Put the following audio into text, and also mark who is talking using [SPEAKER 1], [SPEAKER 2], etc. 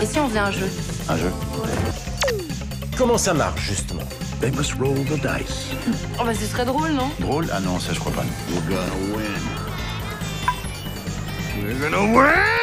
[SPEAKER 1] Et si on faisait un jeu
[SPEAKER 2] Un jeu
[SPEAKER 3] Comment ça marche, justement
[SPEAKER 4] They must roll the dice.
[SPEAKER 1] Oh bah ce serait drôle, non
[SPEAKER 2] Drôle Ah non, ça je crois pas.
[SPEAKER 4] We're gonna win. We're gonna win!